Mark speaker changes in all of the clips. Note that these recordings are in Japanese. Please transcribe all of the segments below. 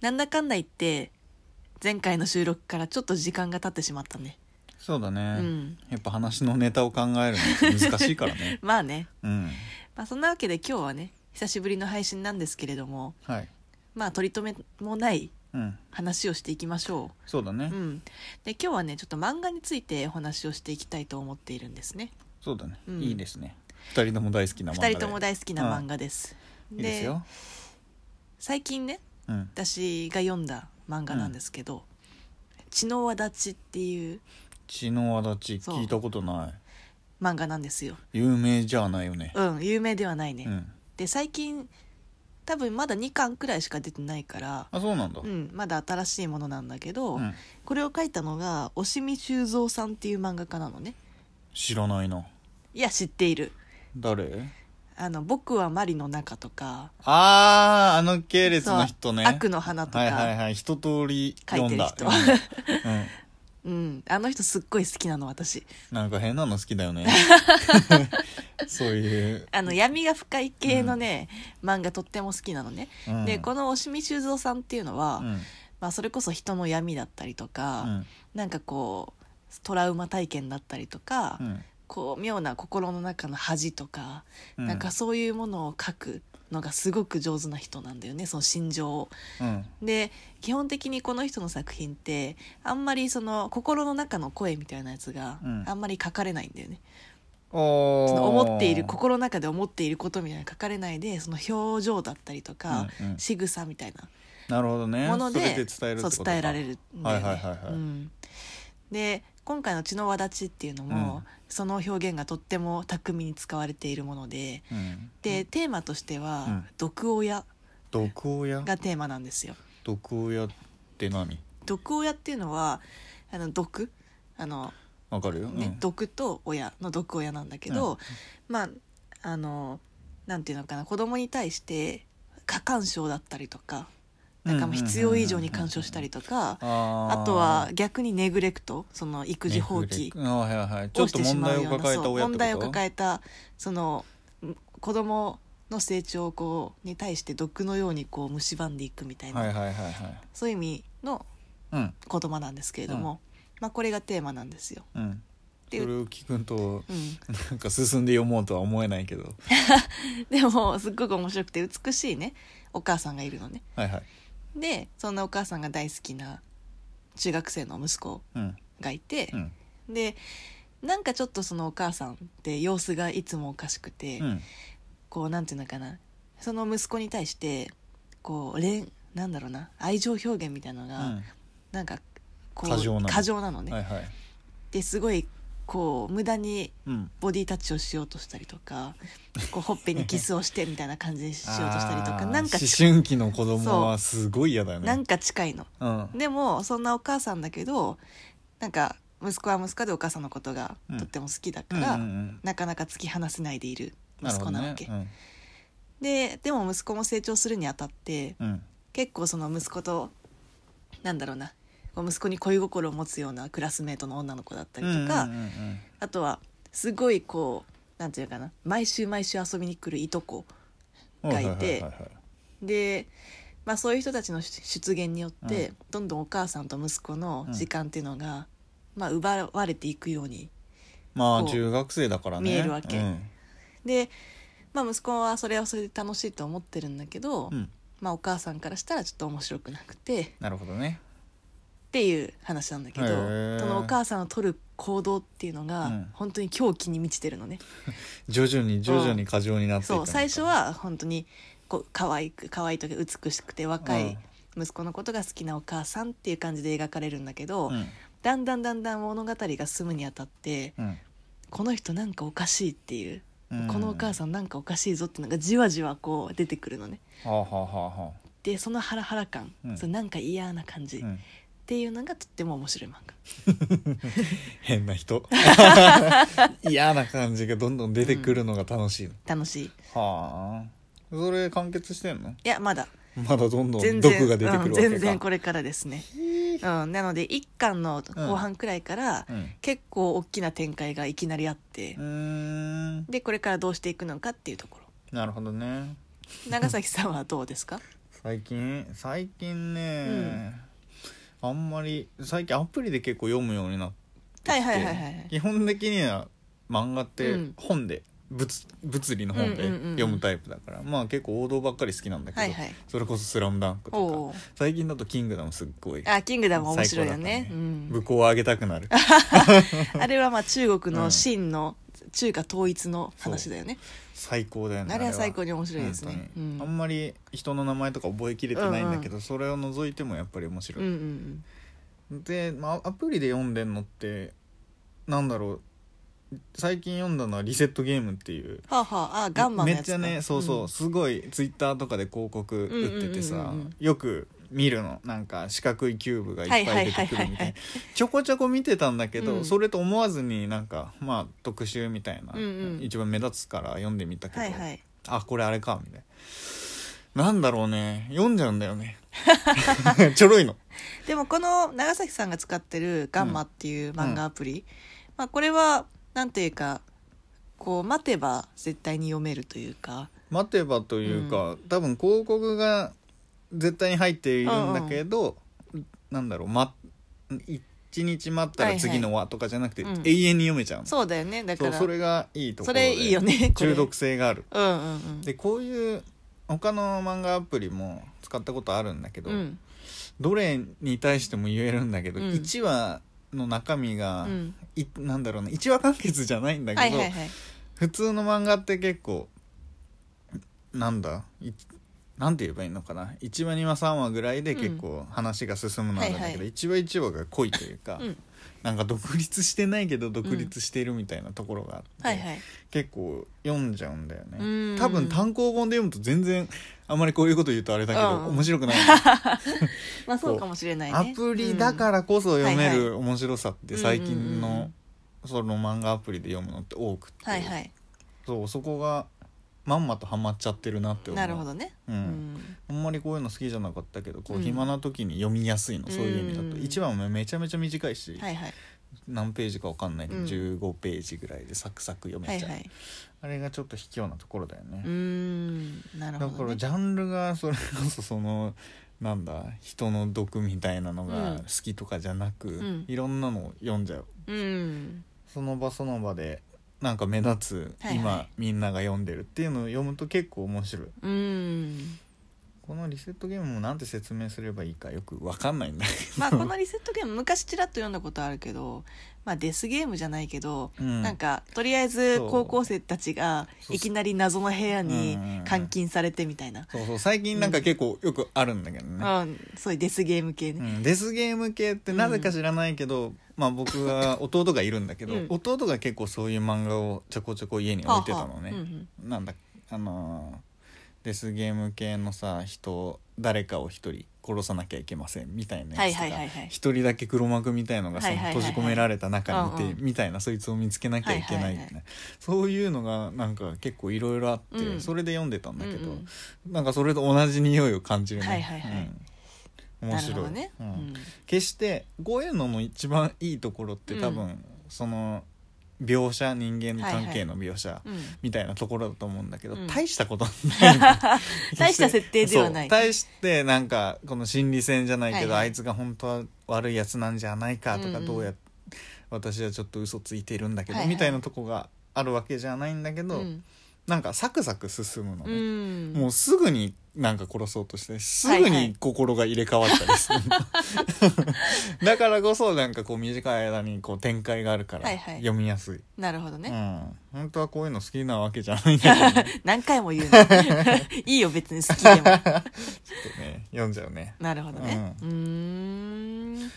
Speaker 1: なんだかんだ言って、前回の収録からちょっと時間が経ってしまったね。
Speaker 2: そうだね、
Speaker 1: うん
Speaker 2: やっぱ話のネタを考えるのって難しいか らね
Speaker 1: まあね。
Speaker 2: うん
Speaker 1: まあそんなわけで今日はね、久しぶりの配信なんですけれども、
Speaker 2: はい
Speaker 1: まあ取り留めもない
Speaker 2: うん
Speaker 1: 話をしていきましょ
Speaker 2: そうだね、
Speaker 1: う。うん。で、今日はね、ちょっと漫画についてお話をしていきたいと思っているんですね。
Speaker 2: そうだね、
Speaker 1: うん
Speaker 2: いいですね二人とも大好きな漫画
Speaker 1: 二
Speaker 2: で
Speaker 1: 人とも大好きな漫画です。
Speaker 2: いいですよ、
Speaker 1: 最近ね、
Speaker 2: うん、
Speaker 1: 私が読んだ漫画なんですけど、血の輪立ちっていう
Speaker 2: 血の輪立ち
Speaker 1: そう
Speaker 2: 聞いたことない
Speaker 1: 漫画なんですよ。
Speaker 2: 有名じゃないよね
Speaker 1: うん、有名ではないね。
Speaker 2: うん
Speaker 1: で最近多分まだ2巻くらいしか出てないから、
Speaker 2: あそうなんだ、
Speaker 1: うん、まだ新しいものなんだけど、
Speaker 2: うん
Speaker 1: これを書いたのが押見修造さんっていう漫画家なのね
Speaker 2: 知らないない
Speaker 1: や知っている
Speaker 2: 誰
Speaker 1: あの「僕はマリの中」とか
Speaker 2: あああの
Speaker 1: 「
Speaker 2: 系列の人ね
Speaker 1: そう悪の花」とか、
Speaker 2: はいはいはい一通り読んだ
Speaker 1: 書いてる
Speaker 2: 読んだ
Speaker 1: うん、あの人すっごい好きなの私
Speaker 2: うん、なんか変なの好きだ よねそういう、
Speaker 1: あの闇が深い系のね、漫画とっても好きなのね、
Speaker 2: うん、
Speaker 1: でこの押見修造さんっていうのは、
Speaker 2: うん
Speaker 1: まあ、それこそ人の闇だったりとか、
Speaker 2: うん
Speaker 1: なんかこうトラウマ体験だったりとか、
Speaker 2: うん
Speaker 1: こう妙な心の中の恥とか、
Speaker 2: うん
Speaker 1: なんかそういうものを書くのがすごく上手な人なんだよねその心情を。
Speaker 2: うん
Speaker 1: で基本的にこの人の作品ってあんまりその心の中の声みたいなやつが
Speaker 2: うん
Speaker 1: あんまり書かれないんだよね。
Speaker 2: お
Speaker 1: そ
Speaker 2: ー
Speaker 1: の思っている心の中で思っていることみたいなの書かれないでその表情だったりとか、
Speaker 2: うんうん
Speaker 1: 仕草みたいな
Speaker 2: なるほどね
Speaker 1: もので,、
Speaker 2: それで伝えるってこと
Speaker 1: そう
Speaker 2: か
Speaker 1: 伝えられるんだよね
Speaker 2: はいはいはいはい
Speaker 1: うんで今回の「血の輪立ち」っていうのも、
Speaker 2: うん
Speaker 1: その表現がとっても巧みに使われているもので
Speaker 2: うん
Speaker 1: でテーマとしては「
Speaker 2: うん
Speaker 1: 毒親」
Speaker 2: 毒親
Speaker 1: がテーマなんですよ。
Speaker 2: 毒親って何
Speaker 1: 毒親っていうのはあの毒あの、
Speaker 2: わかるよ、
Speaker 1: ね
Speaker 2: うん
Speaker 1: 毒と親の毒親なんだけど、まああのなんていうのかな子供に対して過干渉だったりとかなんかもう必要以上に干渉したりとか、
Speaker 2: あー
Speaker 1: あとは逆にネグレクトその育児放
Speaker 2: ネ
Speaker 1: 棄
Speaker 2: グレクあはいはいちょ
Speaker 1: を
Speaker 2: っ
Speaker 1: し
Speaker 2: と
Speaker 1: てし
Speaker 2: 問
Speaker 1: ま
Speaker 2: 題
Speaker 1: う
Speaker 2: を
Speaker 1: ような
Speaker 2: 抱え
Speaker 1: そう
Speaker 2: た親ってこと
Speaker 1: 問題を抱えたそのん子供の成長をこうに対して毒のようにこう蝕んでいくみたいな、
Speaker 2: はいはいはいはい
Speaker 1: そういう意味の
Speaker 2: うん
Speaker 1: 言葉なんですけれども、まあ、これがテーマなんですよ。
Speaker 2: うんそ
Speaker 1: で
Speaker 2: れを聞くと
Speaker 1: うん、
Speaker 2: なんか進んで読もうとは思えないけど
Speaker 1: でもすっごく面白くて美しいねお母さんがいるのね。
Speaker 2: はいはい
Speaker 1: でそんなお母さんが大好きな中学生の息子
Speaker 2: うん
Speaker 1: がいて
Speaker 2: う、ん
Speaker 1: でなんかちょっとそのお母さんって様子がいつもおかしくて、
Speaker 2: うん
Speaker 1: こうなんていうのかなその息子に対してこう恋なんだろうな愛情表現みたいの
Speaker 2: う
Speaker 1: が、
Speaker 2: ん
Speaker 1: なんかこう
Speaker 2: 過剰な
Speaker 1: なの
Speaker 2: の
Speaker 1: ね、
Speaker 2: はいはい
Speaker 1: ですごいこう無駄に
Speaker 2: うん
Speaker 1: ボディタッチをしようとしたりとかこうほっぺにキスをしてみたいな感じにしようとしたりと
Speaker 2: あ
Speaker 1: か
Speaker 2: ー
Speaker 1: なんかち
Speaker 2: 思春期の子供はすごい嫌だよね
Speaker 1: なんか近いの
Speaker 2: うん
Speaker 1: でもそんなお母さんだけどなんか息子は息子でお母さんのことがとっても好きだから、
Speaker 2: うんうんうん
Speaker 1: なかなか突き放せないでいる
Speaker 2: る
Speaker 1: 息
Speaker 2: ほ
Speaker 1: 子
Speaker 2: ど
Speaker 1: な
Speaker 2: ね
Speaker 1: わけででも息子も成長するにあたって
Speaker 2: うんうん
Speaker 1: 結構その息子となんだろうなこう息子に恋心を持つようなクラスメートの女の子だったりとか、
Speaker 2: うんうんうん
Speaker 1: あとはすごいこうなんていうかな毎週毎週遊びに来るいとこ
Speaker 2: うん
Speaker 1: がいて
Speaker 2: はははは
Speaker 1: で、まあ、そういう人たちの出出現によって、どんどんお母さんと息子の時間っていうのが、まあ、奪われていくように
Speaker 2: まあ
Speaker 1: こう
Speaker 2: 中学生だからね
Speaker 1: 見えるわけ
Speaker 2: うん
Speaker 1: で、まあ、息子はそれはそれで楽しいと思ってるんだけど、
Speaker 2: うん
Speaker 1: まあ、お母さんからしたらちょっと面白くなくて。
Speaker 2: なるほどね
Speaker 1: っていう話なんだけど
Speaker 2: へー
Speaker 1: そのお母さんの取る行動っていうのが、
Speaker 2: うん
Speaker 1: 本当に狂気に満ちてるのね
Speaker 2: 徐々に徐々に過剰になっていく
Speaker 1: そう最初は本当にこう可愛く可愛いというか美しくて若
Speaker 2: う
Speaker 1: い
Speaker 2: ん
Speaker 1: 息子のことが好きなお母さんっていう感じで描かれるんだけど、
Speaker 2: うん
Speaker 1: だんだんだんだん物語が進むにあたって
Speaker 2: うん
Speaker 1: この人なんかおかしいっていう、
Speaker 2: うん
Speaker 1: このお母さんなんかおかしいぞっていうのがじわじわこう出てくるのね
Speaker 2: はあはあはあはあ
Speaker 1: でそのハラハラ感、
Speaker 2: うん
Speaker 1: そのなんか嫌な感じ、
Speaker 2: う
Speaker 1: っ
Speaker 2: ん
Speaker 1: ていうのがとっても面白い漫画
Speaker 2: 変 な人嫌な感じがどんどん出てくるのが楽しいの
Speaker 1: 楽しいい
Speaker 2: はあそれ完結してんの
Speaker 1: やまだ
Speaker 2: まだどんどん
Speaker 1: 全
Speaker 2: 毒
Speaker 1: 然
Speaker 2: が出てくるわけか
Speaker 1: うん全然これからですね、うん、なので1巻の後半くらいから、
Speaker 2: うん
Speaker 1: 結構大きな展開がいきなりあって、
Speaker 2: うーん
Speaker 1: でこれからどうしていくのかっていうところ
Speaker 2: なるほどね
Speaker 1: 長崎さんはどうですか
Speaker 2: 最近最近ね、あんまり最近アプリで結構読むようになってきて、
Speaker 1: はいはいはいはいはい
Speaker 2: 基本的には漫画っ
Speaker 1: う
Speaker 2: て
Speaker 1: ん
Speaker 2: 本で、物物理の本で
Speaker 1: うんうんうんうん
Speaker 2: 読むタイプだから、まあ結構王道ばっかり好きなんだけど、
Speaker 1: はいはい
Speaker 2: それこそ「スラムダンク
Speaker 1: お
Speaker 2: と
Speaker 1: お
Speaker 2: か最近だと「キングダム」すっごい
Speaker 1: ーあキングダム面白いよね
Speaker 2: 最高
Speaker 1: う
Speaker 2: だった武
Speaker 1: ん、
Speaker 2: 功を上げたくなる
Speaker 1: あれはまあ中国
Speaker 2: う
Speaker 1: の
Speaker 2: ん
Speaker 1: 秦の中華統一の話だよね、
Speaker 2: 最高だよね
Speaker 1: あれは最高に面白いです
Speaker 2: 本
Speaker 1: ね
Speaker 2: 当
Speaker 1: う
Speaker 2: に
Speaker 1: ん
Speaker 2: あんまり人の名前とか覚えきれてないんだけど、それを除いてもやっぱり面白
Speaker 1: うん
Speaker 2: い、
Speaker 1: うんうん
Speaker 2: で、まあ、アプリで読んでんのってなんだろう最近読んだのは「リセットゲーム」っていう
Speaker 1: はあ、はあ、あガンマンの
Speaker 2: め
Speaker 1: や
Speaker 2: っ
Speaker 1: つ
Speaker 2: ち
Speaker 1: だ
Speaker 2: ゃねそうそう、
Speaker 1: ん
Speaker 2: すごいツイッターとかで広告打っててさ、
Speaker 1: うんうんうんうんうん
Speaker 2: よく見るのなんか四角いキューブがいっぱい
Speaker 1: はい
Speaker 2: 出てくる
Speaker 1: はいは
Speaker 2: み
Speaker 1: いは
Speaker 2: た
Speaker 1: いはい
Speaker 2: ないちょこちょこ見てたんだけど、
Speaker 1: うん
Speaker 2: それと思わずになんかまあ特集みたいな、
Speaker 1: うんうん
Speaker 2: 一番目立つから読んでみたけど、
Speaker 1: はいはい
Speaker 2: あこれあれかみたいななんだろうね読んじゃうんだよ ねちょろいの
Speaker 1: でもこの長崎さんが使ってる「ガンマ」っていう漫画アプリ、まあ、これはなんていうかこう待てば絶対に読めるというか
Speaker 2: 待てばというか、多分広告が絶対に入っているんだけど、なんだろう、ま、一日待ったら次の輪とかじゃなくて、
Speaker 1: うん
Speaker 2: 永遠に読めちゃうの
Speaker 1: そうだよねだ
Speaker 2: そ
Speaker 1: か
Speaker 2: う
Speaker 1: ら
Speaker 2: それがいいとこ
Speaker 1: そ
Speaker 2: ろで
Speaker 1: れいいよねこれ
Speaker 2: 中毒性がある
Speaker 1: うんうんうん
Speaker 2: でこういう他の漫画アプリも使ったことあるんだけど、
Speaker 1: うん
Speaker 2: どれに対しても言えるんだけど、
Speaker 1: うん
Speaker 2: 一1話の中身が、
Speaker 1: うん
Speaker 2: いなんだろうな1話完結じゃないんだけど、
Speaker 1: はいはいはい
Speaker 2: 普通の漫画って結構なんだいなんて言えばいいのかな1話2話3話ぐらいで結構話が進むのはあるんだけ
Speaker 1: はい
Speaker 2: ど、
Speaker 1: はい
Speaker 2: 一話一話が濃いというか、
Speaker 1: うん
Speaker 2: なんか独立してないけど独立しているみたいなところがあって、
Speaker 1: はいはい
Speaker 2: 結構読んじゃうんだよ
Speaker 1: うん
Speaker 2: ね多分単行本で読むと全然あんまりこういうこと言うとあれだけど、
Speaker 1: うん
Speaker 2: 面白くない、
Speaker 1: まあそうかもしれないね
Speaker 2: アプリだからこそ読め
Speaker 1: うんはい
Speaker 2: る面白さって最近
Speaker 1: うんうんう
Speaker 2: のその漫画アプリで読むのって多くて、
Speaker 1: はいはい
Speaker 2: そうそこがまんまとハマっちゃってるなって思う
Speaker 1: なるほどね
Speaker 2: うん
Speaker 1: うん
Speaker 2: あんまりこういうの好きじゃなかったけどこ
Speaker 1: う
Speaker 2: うん暇な時に読みやすいの、そういう意味だ
Speaker 1: うん
Speaker 2: と1話もめちゃめちゃ短いし、
Speaker 1: はいはい
Speaker 2: 何ページかわかんないけど、
Speaker 1: うん
Speaker 2: 15ページぐらいでサクサク読
Speaker 1: は
Speaker 2: め
Speaker 1: い
Speaker 2: ちゃう、
Speaker 1: はい
Speaker 2: あれがちょっと卑怯なところだよね
Speaker 1: うー、んなる
Speaker 2: だ
Speaker 1: ほ
Speaker 2: か
Speaker 1: ど
Speaker 2: ら
Speaker 1: ね
Speaker 2: ジャンルがそれこそそのなんだ人の毒みたいなの
Speaker 1: うん
Speaker 2: が好きとかじゃなく、
Speaker 1: ん
Speaker 2: いろんなのを読んじゃう
Speaker 1: うん
Speaker 2: その場その場でなんか目立つ、
Speaker 1: はいはい
Speaker 2: 今みんなが読んでるっていうのを読むと結構面白い
Speaker 1: うん
Speaker 2: このリセットゲームもなんて説明すればいいかよくわかんないんだけ
Speaker 1: まあこのリセットゲーム昔ちらっと読んだことあるけどまあデスゲームじゃないけど
Speaker 2: ど、うん
Speaker 1: なんかとりあえず高校生たちがいきなり謎の部屋に監禁されてみたいな、
Speaker 2: そうそう最近なんか結構よくあるんだけど
Speaker 1: う
Speaker 2: ね、
Speaker 1: ん、そういうデスゲーム系
Speaker 2: う
Speaker 1: ね、
Speaker 2: ん、デスゲーム系ってなぜか知らないけど、まあ僕は弟がいるんだけど、
Speaker 1: うん
Speaker 2: 弟が結構そういう漫画をちょこちょこ家に置いてたの
Speaker 1: はあは
Speaker 2: ね、
Speaker 1: あうん
Speaker 2: なんだあのーデスゲーム系のさ人誰かを一人殺さなきゃいけませんみたいなやつと
Speaker 1: はいはい
Speaker 2: か
Speaker 1: はいはい
Speaker 2: 一人だけ黒幕みたいのがその
Speaker 1: はいはいはいは
Speaker 2: 閉
Speaker 1: い
Speaker 2: じ込められた中にいて、
Speaker 1: うんうん
Speaker 2: みたいなそいつを見つけなきゃいけな
Speaker 1: は
Speaker 2: いみたいな、
Speaker 1: いはいは
Speaker 2: そういうのがなんか結構いろいろあって、
Speaker 1: うん
Speaker 2: それで読んでたんだけど、
Speaker 1: うん
Speaker 2: なんかそれと同じ匂いを感じるね、
Speaker 1: はいはいはい
Speaker 2: うん
Speaker 1: うん
Speaker 2: 面
Speaker 1: なるほ
Speaker 2: 白
Speaker 1: ど
Speaker 2: い、
Speaker 1: ね、
Speaker 2: う
Speaker 1: うんん
Speaker 2: 決してこういうのの一番いいところって多分、
Speaker 1: う
Speaker 2: その描写人間関係の描写、
Speaker 1: うん
Speaker 2: みたいなところだと思うんだけど、
Speaker 1: うん
Speaker 2: 大したことないの
Speaker 1: 大した設定ではない
Speaker 2: そう大してなんかこの心理戦じゃないけど、
Speaker 1: はいはい
Speaker 2: あいつが本当は悪いやつなんじゃないかとか、
Speaker 1: うんうん
Speaker 2: どうや私はちょっと嘘ついているんだけど、
Speaker 1: はいはい
Speaker 2: みたいなとこがあるわけじゃないんだけど、
Speaker 1: うん
Speaker 2: なんかサクサク進むの
Speaker 1: う
Speaker 2: ね、
Speaker 1: ん
Speaker 2: もうすぐになんか殺そうとしてす
Speaker 1: はい
Speaker 2: ぐに心が入れ替わったりする、 だからこそなんかこう短い間にこう展開があるから
Speaker 1: はいはい
Speaker 2: 読みやすい、
Speaker 1: なるほどね、
Speaker 2: うん、本当はこういうの好きなわけじゃないんだけど、ね、
Speaker 1: 何回も言うね いいよ別に好きでも
Speaker 2: ちょっとね読んじゃうね
Speaker 1: なるほどねう
Speaker 2: う
Speaker 1: ーん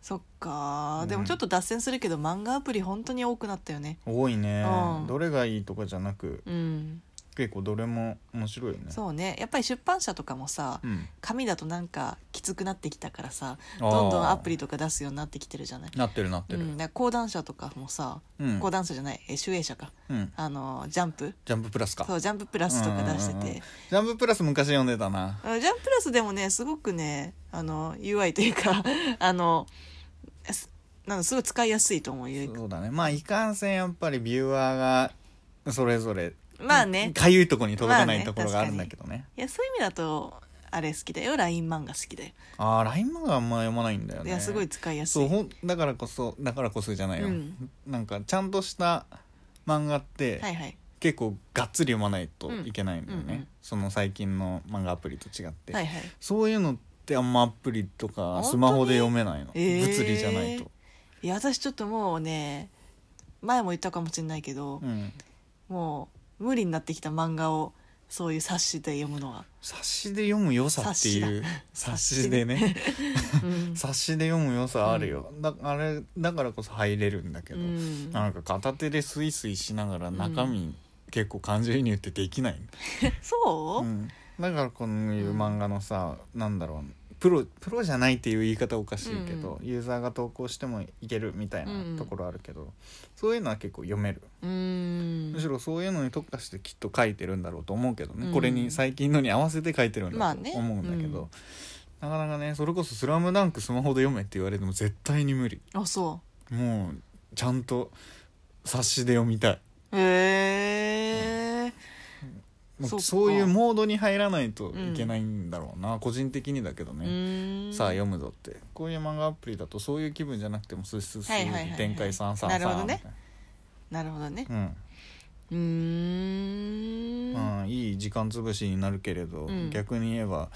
Speaker 1: そっかでもちょっと脱線するけど漫画アプリ本当に多くなったよね
Speaker 2: 多いね、
Speaker 1: うん
Speaker 2: どれがいいとかじゃなく
Speaker 1: うん
Speaker 2: 結構どれも面白いよね
Speaker 1: そうねやっぱり出版社とかもさ、
Speaker 2: うん、
Speaker 1: 紙だとなんかきつくなってきたからさ
Speaker 2: あー
Speaker 1: どんどんアプリとか出すようになってきてるじゃない。
Speaker 2: なってるなって
Speaker 1: う
Speaker 2: る、
Speaker 1: ん、だから講談社とかもさ、
Speaker 2: うん
Speaker 1: 講談社じゃないえ集英社か
Speaker 2: うん
Speaker 1: あのジャンプ
Speaker 2: ジャンププラスか
Speaker 1: そうジャンププラスとか出して
Speaker 2: うんうんうん
Speaker 1: て、
Speaker 2: ジャンププラス昔読んでたな
Speaker 1: あのジャンププラスでもねすごくねあの UI というか あのすなんかすごい使いやすいと思うゆう
Speaker 2: そうだねまあいかんせんやっぱりビューアーがそれぞれ
Speaker 1: まあね
Speaker 2: かゆいとこに届かない
Speaker 1: まあね
Speaker 2: ところがあるんだけどね,、
Speaker 1: いやそういう意味だとあれ好きだよ LINE 漫画好きで、
Speaker 2: ああ LINE 漫画あんま読まないんだよ
Speaker 1: い
Speaker 2: ね
Speaker 1: やすごい使いやす
Speaker 2: そう
Speaker 1: い
Speaker 2: ほんだからこそだからこそじゃないよ、
Speaker 1: うん
Speaker 2: なんかちゃんとした漫画って、
Speaker 1: はいはい
Speaker 2: 結構がっつり読まないといけないんだよね、
Speaker 1: うんうんうん
Speaker 2: その最近の漫画アプリと違って、
Speaker 1: はいはい
Speaker 2: そういうのってあんまアプリとか
Speaker 1: 本当に
Speaker 2: スマホで読めないの、
Speaker 1: えー
Speaker 2: 物理じゃないと、
Speaker 1: いや私ちょっともうね前も言ったかもしれないけど、
Speaker 2: うん、
Speaker 1: もう無理になってきた漫画をそういう冊子で読むのは、
Speaker 2: 冊子で読む良さっていう冊
Speaker 1: 冊
Speaker 2: 子
Speaker 1: 子だ
Speaker 2: でね
Speaker 1: うん
Speaker 2: 冊子で読む良さあるよ、だあれだからこそ入れるんだけ
Speaker 1: う
Speaker 2: ど、
Speaker 1: ん
Speaker 2: なんか片手でスイスイしながら中身、
Speaker 1: う
Speaker 2: 結構感情移入ってできない、
Speaker 1: そう、
Speaker 2: うん、だからこのいう漫画のさ、なんだろうプロプロじゃないっていう言い方おかしいけど、ユーザーが投稿してもいけるみたいなところあるけど、そういうのは結構読める、
Speaker 1: うーん
Speaker 2: むしろそういうのに特化してきっと書いてるんだろうと思うけどね、
Speaker 1: うん
Speaker 2: これに最近のに合わせて書いてるん
Speaker 1: まあ
Speaker 2: だと
Speaker 1: ね
Speaker 2: 思うんだけど、
Speaker 1: うん
Speaker 2: なかなかねそれこそ「スラムダンクスマホで読めって言われても絶対に無理
Speaker 1: あそ
Speaker 2: もうちゃんと冊子で読みたい。
Speaker 1: うへえ、
Speaker 2: もう
Speaker 1: そっか
Speaker 2: そういうモードに入らないといけないんだろうな、個人的にだけど
Speaker 1: う
Speaker 2: ね、
Speaker 1: ーん、
Speaker 2: さあ読むぞってこういう漫画アプリだとそういう気分じゃなくてもスースース
Speaker 1: はいはいはいは
Speaker 2: ー
Speaker 1: い
Speaker 2: 展開さんさん
Speaker 1: なるほ
Speaker 2: さ
Speaker 1: ど
Speaker 2: ん
Speaker 1: ねなるほどね
Speaker 2: うん
Speaker 1: うーん
Speaker 2: まあいい時間潰しになるけれど、
Speaker 1: うん
Speaker 2: 逆に言えば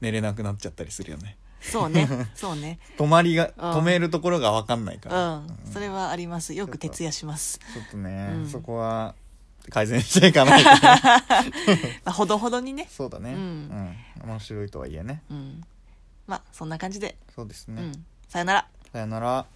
Speaker 2: 寝れなくなっちゃったりするよね
Speaker 1: そう ねそうね
Speaker 2: 止まりが
Speaker 1: あ
Speaker 2: 止めるところが分かんないか
Speaker 1: う
Speaker 2: ら、
Speaker 1: ん
Speaker 2: うん
Speaker 1: それはありますよく徹夜します、
Speaker 2: ちょっとね、
Speaker 1: うん
Speaker 2: そこは改善していかないと ね
Speaker 1: まあ、ほどほどにね
Speaker 2: そうだね、
Speaker 1: うん
Speaker 2: うん面白いとはいえね
Speaker 1: うんまあそんな感じで、
Speaker 2: そうです
Speaker 1: う
Speaker 2: ね、
Speaker 1: ん、さよなら
Speaker 2: さよなら